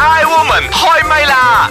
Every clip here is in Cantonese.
I Woman 開唛啦！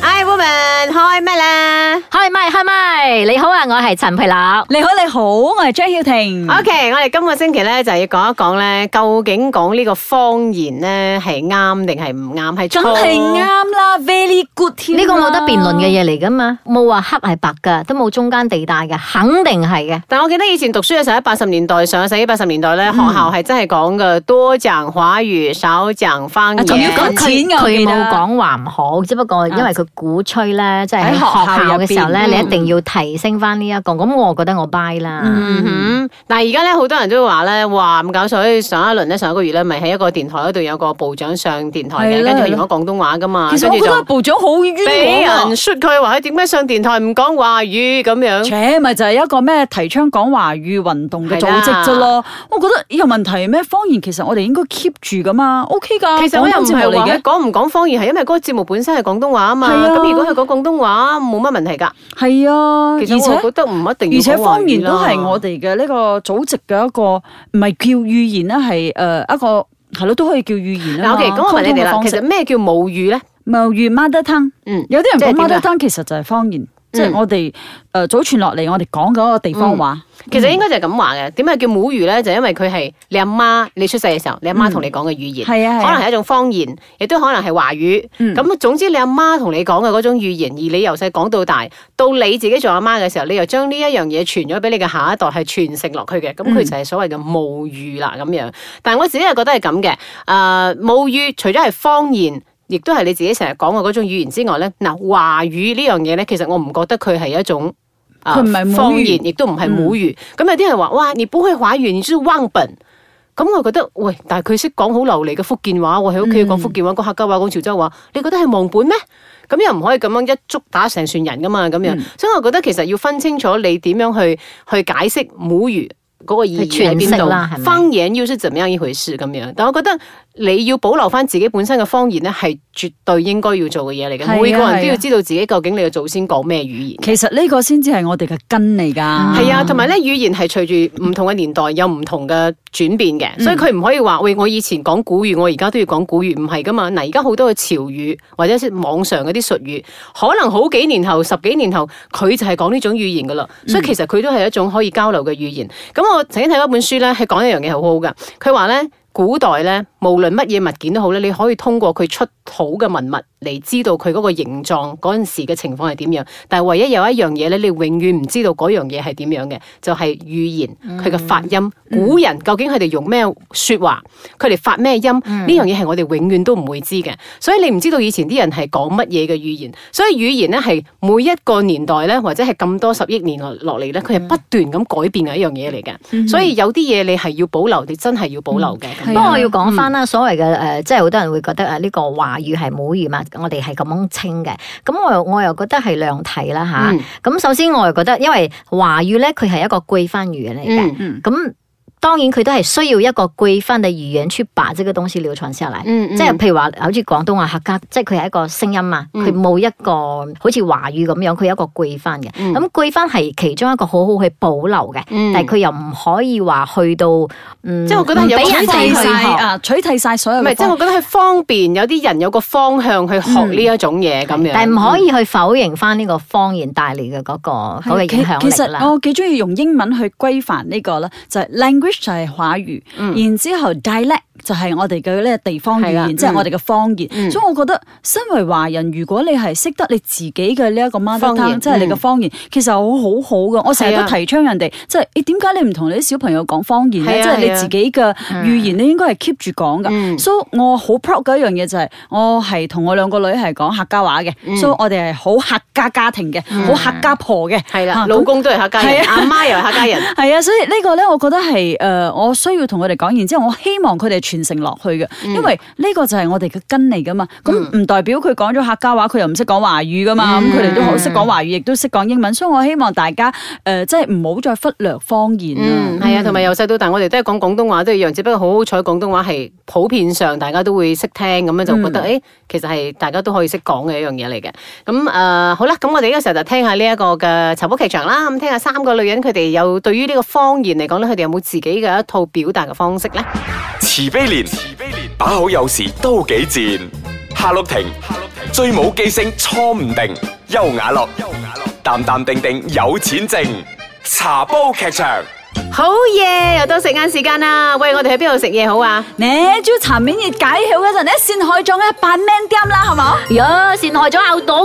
I woman 開唛啦開咪開咪，你好啊，我係陳佩樂。你好，你好，我係張曉婷。 ？OK，我哋今個星期咧就要講一講咧，究竟講呢個方言咧係啱定係唔啱，係錯梗係啊啱啦，very good 添啦。呢個冇得辯論嘅嘢嚟噶嘛，冇話黑係白噶，都冇中間地帶嘅，肯定係嘅。但我記得以前讀書嘅時候，喺八十年代上個世紀八十年代嗯咧，學校係真係講嘅多講華語，少講方啊仲要言講。佢錢㗎我佢記得冇講話唔好，只不過因為佢鼓吹咧，即係喺喺學學校嘅校入時候咧，邊你一定要提升翻呢一個。咁我覺得我 buy 啦。嗯哼，但係而家咧，好多人都會話咧，哇咁搞笑！上一輪咧，上一個月咧，咪喺一個電台嗰度有個部長上電台嘅，係啦跟住佢係啦用咗廣東話噶嘛，其實跟我住覺得就部長好俾冤枉人啊。說佢話佢哎點解上電台唔講華語咁樣。且咪就係一個咩提倡講華語運動嘅組織啫咯，我覺得有問題咩？方言其實我哋應該 keep 住噶嘛，OK 噶。其實我又唔廣東節係目話嚟佢嘅，講唔講方言，係因為嗰個節目本身係廣東話啊嘛。係啊咁如果佢講廣東話冇乜問題㗎。係啊，而其實我且覺得唔一定要而且講華語啦方言都係我哋嘅呢個組織嘅一個唔係叫語言啦，係誒一個係咯，都可以叫語言嗱啊嘛。 ，OK，咁我問你哋溝啦，通嘅其方式實咩叫母語咧？母語 mother tongue。嗯，有啲人講即係 mother 點嗯㗎 tongue 其實就係方言，即係我哋誒祖傳落嚟，我哋講嗰個地方話。其實應該就係咁話嘅。點解叫母語咧？就因為佢係你阿媽，你出世嘅時候，你阿媽同你講嘅語言，係啊係啊嗯可能係一種方言，亦都可能係華語。嗯咁總之你阿媽同你講嘅嗰種語言，而你由細講到大，到你自己做阿媽嘅時候，你又將呢一樣嘢傳咗俾你嘅下一代，係傳承落去嘅。咁嗯佢就係所謂嘅母語啦咁樣。但係我自己係覺得係咁嘅。誒、啊母語除咗係方言。亦都係你自己成日講嘅嗰種語言之外咧，嗱華語呢樣嘢咧，其實我唔覺得佢係一種啊佢唔係母語方言，亦都唔係嗯母語。咁、有啲人話：哇，你不會華語，你就是忘本。咁我覺得，喂，但係佢識講好流利嘅福建話喎，喺屋企講福建話、講客家話、講潮州話，你覺得係忘本咩？咁又唔可以咁樣一竹打成船人噶嘛，咁樣。嗯所以我覺得其實要分清楚你點樣去去解釋母語嗰個意義喺去詮邊釋啦係度，咪方言要是怎麼樣一回事咁樣。但我覺得你要保留翻自己本身嘅方言咧，係絕對應該要做嘅嘢嚟係啊嘅。每個人都係要啊知道自己究竟你嘅祖先講咩語言。其實呢個先至係我哋嘅根嚟㗎。係啊，同埋咧語言係隨住唔同嘅年代有唔同嘅轉變嘅，所以佢唔可以話喂，我以前講古語，我而家都要講古語，唔係噶嘛。嗱，而家好多嘅潮語或者係網上嗰啲術語，可能好幾年後、十幾年後，佢就係講呢種語言噶啦。所以其實佢都係一種可以交流嘅語言。咁我曾經睇過一本書咧，係講一樣嘢好好噶，佢話咧。古代咧，無論乜嘢物件都好咧，你可以通過佢出土嘅文物嚟知道佢嗰個形狀嗰陣時嘅情況係點樣。但係唯一有一樣嘢咧，你永遠唔知道嗰樣嘢係點樣嘅，就係、語言嗯佢嘅發音。古人究竟佢哋用咩説話，佢哋發咩音，呢、嗯樣嘢係我哋永遠都唔會知嘅。所以你唔知道以前啲人係講乜嘢嘅語言，所以語言咧係每一個年代咧，或者係咁多十億年落落嚟咧，佢係嗯不斷咁改變嘅一樣嘢嚟嘅。嗯所以有啲嘢你係要保留，你真係要保留嘅。咁樣不係啊過我要講翻啦，所謂嘅誒，呃即係好多人會覺得誒呢個華語係母語嘛，我哋係咁樣稱嘅。咁我又我又覺得係兩體啦吓。嗯咁首先我又覺得，因為華語咧，佢係一個規範語言嚟嘅。嗯咁當然佢都係需要一個規範的語言去把這個東西流傳下來。嗯即係譬如話，啊好似廣東話客家，即係佢係一個聲音嘛，嗯佢冇一個好似華語咁樣，佢有一個規範嘅。嗯咁規範係其中一個好好去保留嘅，嗯但係佢又唔可以話去到嗯，即係我覺得有唔俾人取哋替去晒學啊，取替晒所有唔係，嘅即係方我覺得佢方便，有啲人有個方向去學呢一種嘢咁樣。嗯但係唔可以去否認翻呢個方言帶嚟嘅嗰個哦啊嗰個係影響其力實啦。我幾中意用英文去規範呢個啦，就係 language 就係華語，然之後 dialect 就係我哋嘅呢個地方語嗯係啦言，即係我哋嘅方嗯言。所以我覺得身為華人，如果你係識得你自己嘅呢一個 mother 方言嗯 tongue，即係你嘅方言，其實好好好嘅。我成日係都啊提倡人哋，即係你點解你唔同你啲小朋友講方言係咧？啊即係係你啊自己嘅語言，你應該係 keep 住講㗎。嗯所以我好 proud 嘅一樣嘢就係、我係同我兩個女係講客家話嘅，嗯所以我哋係好客家家庭嘅，好、客家婆嘅，係啦，嚇老。公都啊係客家人，係啊阿媽又係客家人。系啊，所以呢個咧，我覺得係诶、呃我需要同佢哋講，然之后我希望佢哋傳承落去嘅，嗯因為呢個就係我哋嘅根嚟噶嘛。咁唔代表佢講咗客家話，佢又唔識講華語噶嗯嘛。咁佢哋都好識講華語，亦都識講英文，所以我希望大家诶、呃即係唔好再忽略方 言嗯，啦。係啊，同埋由細到大，我哋都係講廣東話都一樣，只不過好好彩廣東話係普遍上大家都會識聽，咁樣就覺得誒、欸其實係大家都可以識講嘅一樣嘢嚟嘅。咁誒、呃好啦，咁我哋呢個時候就聽下呢一個嘅尋寶劇場啦，咁聽下三個女人佢哋有對於呢個方言嚟講咧，佢哋有冇自己嘅一套表達嘅方式咧？慈悲蓮，慈悲蓮，把好有時都幾賤。夏綠庭，最冇記性錯唔定，優雅樂，淡淡定定有錢剩，茶煲劇場。好嘢，又到食晏時間啦！喂，我哋去邊度食嘢好啊？你朝茶面熱解曉嗰陣咧，先可以裝一扮 man 啲啦，係冇？呀，善害咗牛黨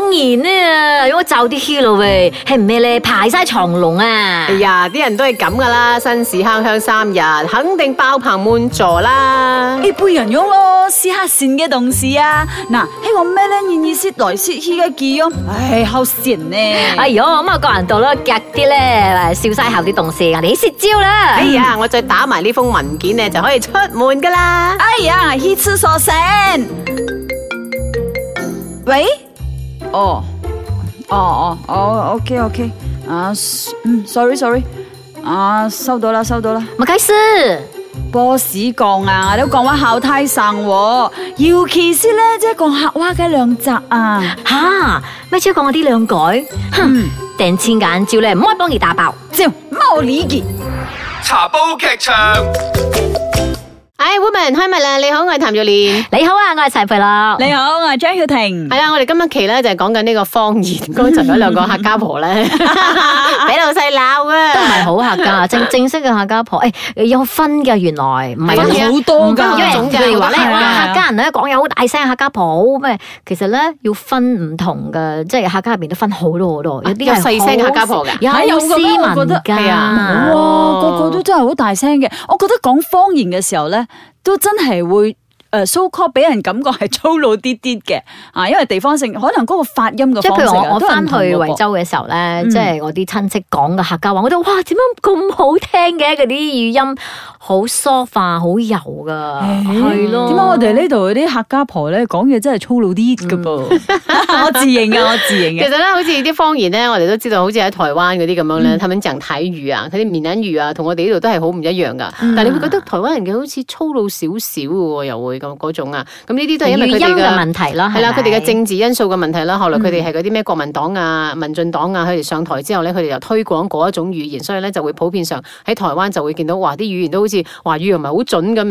然啊！如果就啲 h e 喂，係唔咩咧？排晒長龍啊！哎呀，啲人都係咁噶啦，新市坑鄉三日，肯定爆棚滿座啦。你背人用咯，試下善嘅動詞啊！嗱，喺我咩咧？願意先來先依家叫咯，唉，好善呢！哎呦，咁啊個人度咯，夾啲咧，笑晒後啲同事，人哋啲舌招啦哎。呀，我再打埋呢封文件咧，就可以出門噶啦。哎呀，去廁所先。喂？哦，哦哦哦，OK OK，啊，嗯，sorry sorry，啊，收到啦收到啦。咪解釋，波士講啊，都講話考太生喎，尤其是咧，即係講客話嘅兩集啊，吓咩超過我啲兩改？嗯哼，掟千眼招咧，唔可以幫佢打爆。照貓理傑。茶煲劇場。哎，woman 開唛啦！你好，我係譚玉蓮。你好啊，我係陳佩樂。你好，我係張曉係。婷啦，啊我哋今一期咧就係講緊呢個方言。剛才嗰兩個客家婆咧， 俾老細鬧都唔啊！係好客家，正正式嘅客家婆，誒、有分嘅原來，唔係啊分嘅好多㗎因為種嘅譬如話咧，係啊哇客家人咧講嘢好大聲，客家婆咩？其實咧要分唔同嘅，即係客家入邊都分好多好多，有啲有係細聲好客家婆㗎嚇有有有嘅斯咩我覺文得係啊㗎。哇，個個都真係好大聲嘅。我覺得講方言嘅時候咧，都真係會。誒 so call 俾人感覺係粗魯啲啲嘅，啊，因為地方性可能嗰個發音嘅即係方譬式如啊我我都係翻唔去同嘅惠噃州嘅時候嗯咧，即係我啲親戚講嘅客家話，我覺得哇點解咁好聽嘅嗰啲語音好 soft 啊，好柔㗎，係咯。點解我哋呢度嗰啲客家婆咧講嘢真係粗魯啲嘅噃？嗯 我自 認啊，我自認 其嘅實。咧，好似啲方言咧，我哋都知道，好似喺台灣嗰啲咁樣咧，他們講台語啊，佢啲閩南語啊，同我哋呢度都係好唔一樣噶。但係你會覺得台灣人嘅好似粗魯少少嘅喎，又會咁嗰種啊。咁呢啲都係因為語佢音哋嘅嘅問題啦，係啦，咪嗯佢哋嘅政治因素嘅問題啦，後來佢哋係嗰啲咩國民黨啊、民進黨啊，佢哋上台之後咧，佢哋又推廣嗰一種語言，所以咧就會普遍上喺台灣就會見到，哇！啲語言都好似華語又唔係好準咁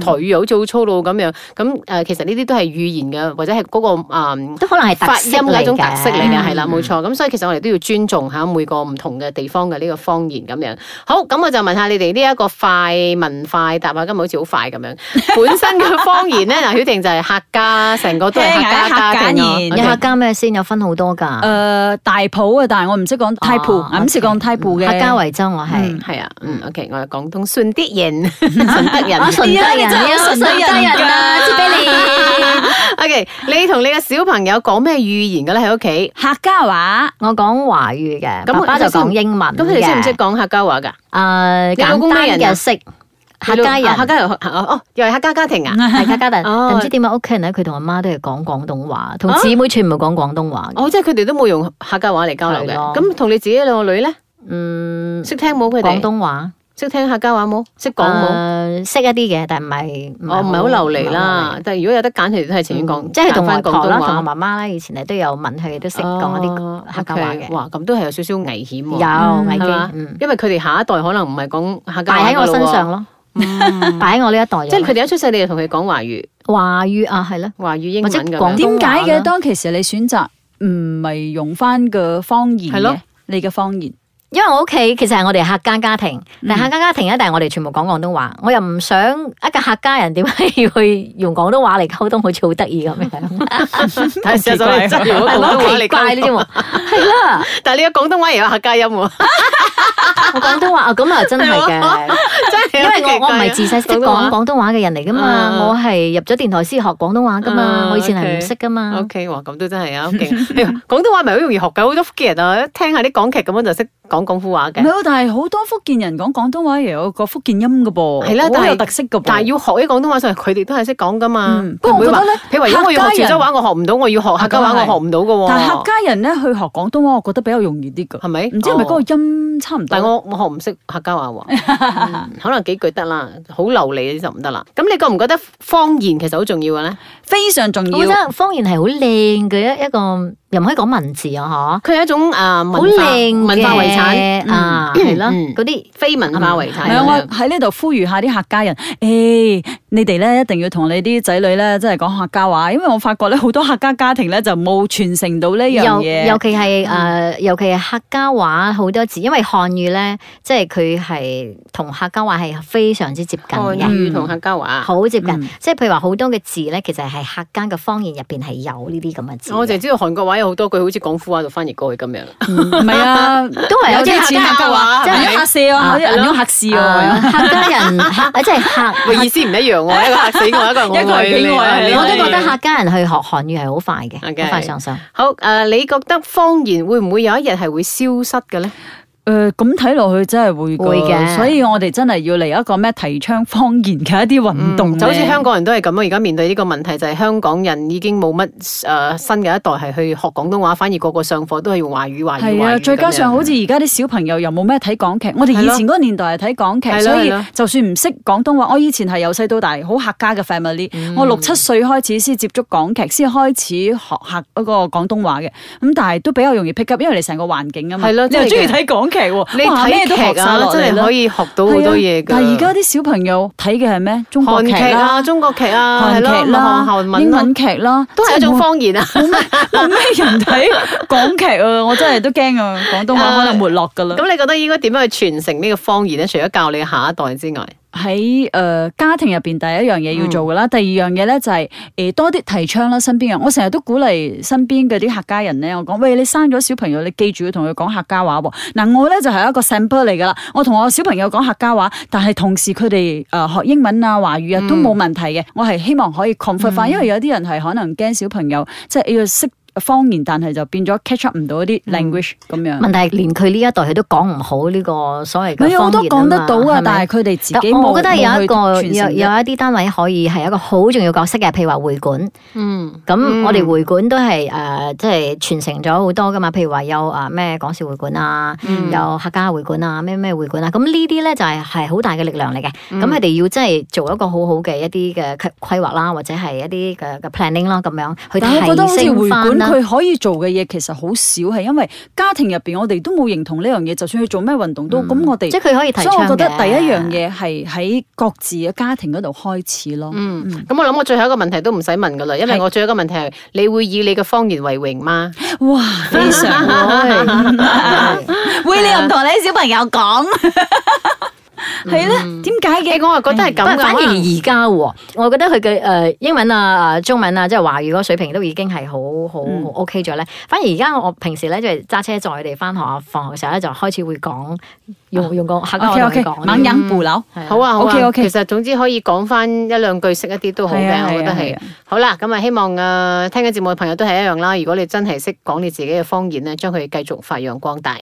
樣，台語又好似好粗魯咁樣。咁誒、呃其實呢啲都係語言嘅，或者係嗰、個、嗯都可能係特發色音嘅一種特色嚟嘅，嘅嗯係啦，冇錯。咁所以其實我哋都要尊重下每個唔同嘅地方嘅呢個方言咁樣。好，咁我就問下你哋呢一個快問快答啊，今日好似好快咁 樣。本身嘅方言咧，嗱，曉婷就係客家，成個都係客家家庭啊聽有下，OK 客家咩先？有分好多㗎。嗯誒大埔啊，但係我唔識講太埔，哦我唔識講太埔嘅。客家惠州我係嗯。係啊，嗯，OK，我係廣東順德 人，順德人我。順德人哎呀你真係好順德順德人啊，㗎接俾 你。 OK，你同你嘅小朋友講咩語言嘅咧？喺屋企，客家話我講華語嘅，咁爸爸就講英文咁佢哋識唔識嘅？講客家話㗎？誒，你老公簡咩單人啊嘅識客家啊客人。家人哦，又係客家家庭啊？ 係客家人，哦但唔知點解屋企人咧，佢同阿媽都係講廣東話，同啊姊妹全部講廣東話嘅。哦，即係佢哋都冇用客家話嚟交流嘅。係咯咁同你自己兩個女咧，嗯，識聽冇佢哋？廣東話識聽客家話冇？識講冇？誒識一啲嘅，但唔係我唔係好流利啦，但係如果有得揀，佢哋都係情願講，嗯即係同翻外廣婆東啦，話同我媽媽啦，以前咧都有問佢哋都識講一哦啲客家話 OK，嘅，哇，咁都係有少少危險喎。有危係嘛機，嗯，因為佢哋下一代可能唔係講客家話擺喺我㗎咯身喎上，咯， 擺喺我呢一代人，即係佢哋一出世，你就同佢講華語、華語啊，係咯，華語英或文者咁廣樣。東點解話啦嘅？當其時你選擇唔係用翻個方言係嘅咯，你嘅方言因為我屋企其實係我哋客家家庭，但係客家家庭咧，但係我哋全部講廣東話，我又唔想一個客家人點解要去用廣東話嚟溝通，好似好得意咁樣， 但係事實上你真係用廣東話好嚟奇怪呢講，啲喎，係啦，但係你嘅廣東話又有客家音喎， 我廣東話啊，咁啊真係嘅。真係因有為我奇我怪唔啊係自細識廣東話講廣東話嘅人嚟噶嘛，啊我係入咗電台先學廣東話噶嘛啊，我以前係 OK 唔識噶嘛嗯 O。K，哇，咁都真係啊，好 勁！哎呀廣東話咪好容易學㗎，好多福建人啊，一聽下啲港劇咁樣就識講廣府話唔係嘅。喎，但係好多福建人講廣東話又有個福建音嘅噃，係啦但好係有特色嘅噃。但係要學啲廣東話上嚟，佢哋都係識講噶嘛嗯。佢唔會不過話我覺得呢譬如話，如果我要學潮州話，我學唔到；我要學客家話，啊咁我係學唔到嘅喎。但係客家人咧去學廣東話，我覺得比較容易啲㗎。係咪？唔知係咪嗰哦？個音差唔多？但我我學唔識客家話 喎，嗯可能幾句得啦，好流利就唔得啦。咁你覺唔覺得方言其實好重要嘅咧？非常重我覺要。得方言係好靚嘅一一個，又唔可以講文字啊，嗬。佢係一種啊文好化靚嘅文化遺產產嘢啊，係咯，嗯嗰啲非文化遺產係啊，我喺呢度呼籲下啲客家人，誒、你哋咧一定要同你啲仔女咧，真係講客家話，因為我發覺咧好多客家家庭咧就冇傳承到呢樣尤嘢尤。其嗯係诶、呃尤其係客家話好多字，因為漢語咧，即係佢係同客家話係非常之接近漢嘅，語同客家話。好接近。嗯即係譬如話好多嘅字咧，其實係客家嘅方言入边係有呢啲咁嘅字嘅。我淨係知道韓國話有好多句好似廣府話度翻譯過去咁樣。唔係啊， 都係有啲似客家話，即即係係客事啊，有啲客事啊啊。客家人，客即係客。喂，意思唔一樣 喎，一個嚇死我，一個一我個係愛你幾愛啊。你我都覺覺得客家人去學韓語係好快嘅，好 OK 快上手。好誒、呃你覺得方言會唔會有一日係會消失嘅咧？誒，咁睇落去真係會㗎會嘅所以我哋真係要嚟一個咩提倡方言嘅一啲運動咧，嗯就好似香港人都係咁啊！而家面對呢個問題就係香港人已經冇乜誒新嘅一代係去學廣東話，反而個個上課都係用華語華語華係語咁啊，樣再加上好似而家啲小朋友又冇咩睇港劇，我哋以前嗰個年代係睇港劇係，咯所以係咯就算唔識廣東話，我以前係由細到大好客家嘅 family，我嗯六七歲開始先接觸港劇，先開始學客嗰個廣東話嘅，咁但係都比較容易 pick up，因為你成個環境啊嘛，係咯你又真係中意嘅睇港劇喎，你哇咩都睇學劇晒啊，落真嚟係啦可以學到好係啊多嘢㗎。但係而家啲小朋友睇嘅係咩？中國韓劇劇啊、啦、中國劇啊，係韓咯，劇咪學啦韓、文英咯文，劇啦，都係一種真冇方言啊。冇咩人睇港劇啊！我真係都驚啊，廣東話可能沒落㗎啦。咁你覺得應該點樣去傳承呢個方言咧？除咗教你下一代之外，喺誒、呃家庭入邊，第一樣嘢要做噶嗯啦，第二樣嘢咧就係、呃多啲提倡啦，身邊人。我成日都鼓勵身邊嗰啲客家人咧，我講喂，你生咗小朋友，你記住要同佢講客家話喎。嗱、我咧就係、一個 sample 嚟噶啦，我同我小朋友講客家話，但係同時佢哋誒學英文啊、華語嗯啊都冇問題嘅。我係希望可以 comfort 翻，因為有啲人係可能驚小朋友即係要識方言，但係就變咗 catch up 唔到嗯一啲 language 咁樣。問題係連佢呢一代佢都講唔好呢個所謂嘅咪有好多方言啊嘛講得到啊係咪，但係佢哋自但己冇我覺得有一個冇去傳有承有一啲單位可以係一個好重要角色嘅，譬如話會館。嗯，咁嗯我哋會館都係誒、呃即係傳承咗好多噶嘛。譬如話有啊咩港式會館啊，嗯有客家會館啊，咩咩會館啊。咁呢啲咧就係係好大嘅力量嚟嘅。嗯咁佢哋要真係做一個好好嘅一啲嘅規規劃啦，或者係一啲嘅嘅 planning 啦，咁樣去但係我覺得好提似升回翻管啦。佢可以做嘅嘢其實好少，係因為家庭入邊我哋都冇認同呢樣嘢，就算佢做咩運動都咁，我哋嗯即係佢可以提所以我倡覺得嘅第一樣 嘢係喺各自嘅家庭嗰度開始咯。嗯，咁我諗我最後一個問題都唔使問噶啦，因為係我最後一個問題係你會以你嘅方言為榮嗎？ 哇，非常會，會你又唔同你啲小朋友講，嗯係咧？點誒解嘅？我係覺得係咁但嘅，反而可能而家喎，我覺得佢嘅誒英文啊、呃中文啊，即係華語嗰個水平都已經係好好嗯好 OK 咗咧。反而而家我平時咧，即係揸車載佢哋翻學啊、放學嘅時候咧，就開始會講用用個客家話 OK 同 OK，佢講猛忍步樓。係啊好啊，好啊 OK，OK 其實總之可以講翻一兩句識一啲都好係嘅，啊我係啊覺得係係啊。好啦，咁啊，希望誒聽緊節目嘅朋友都係一樣啦。如果你真係識講你自己嘅方言咧，將佢繼續發揚光大。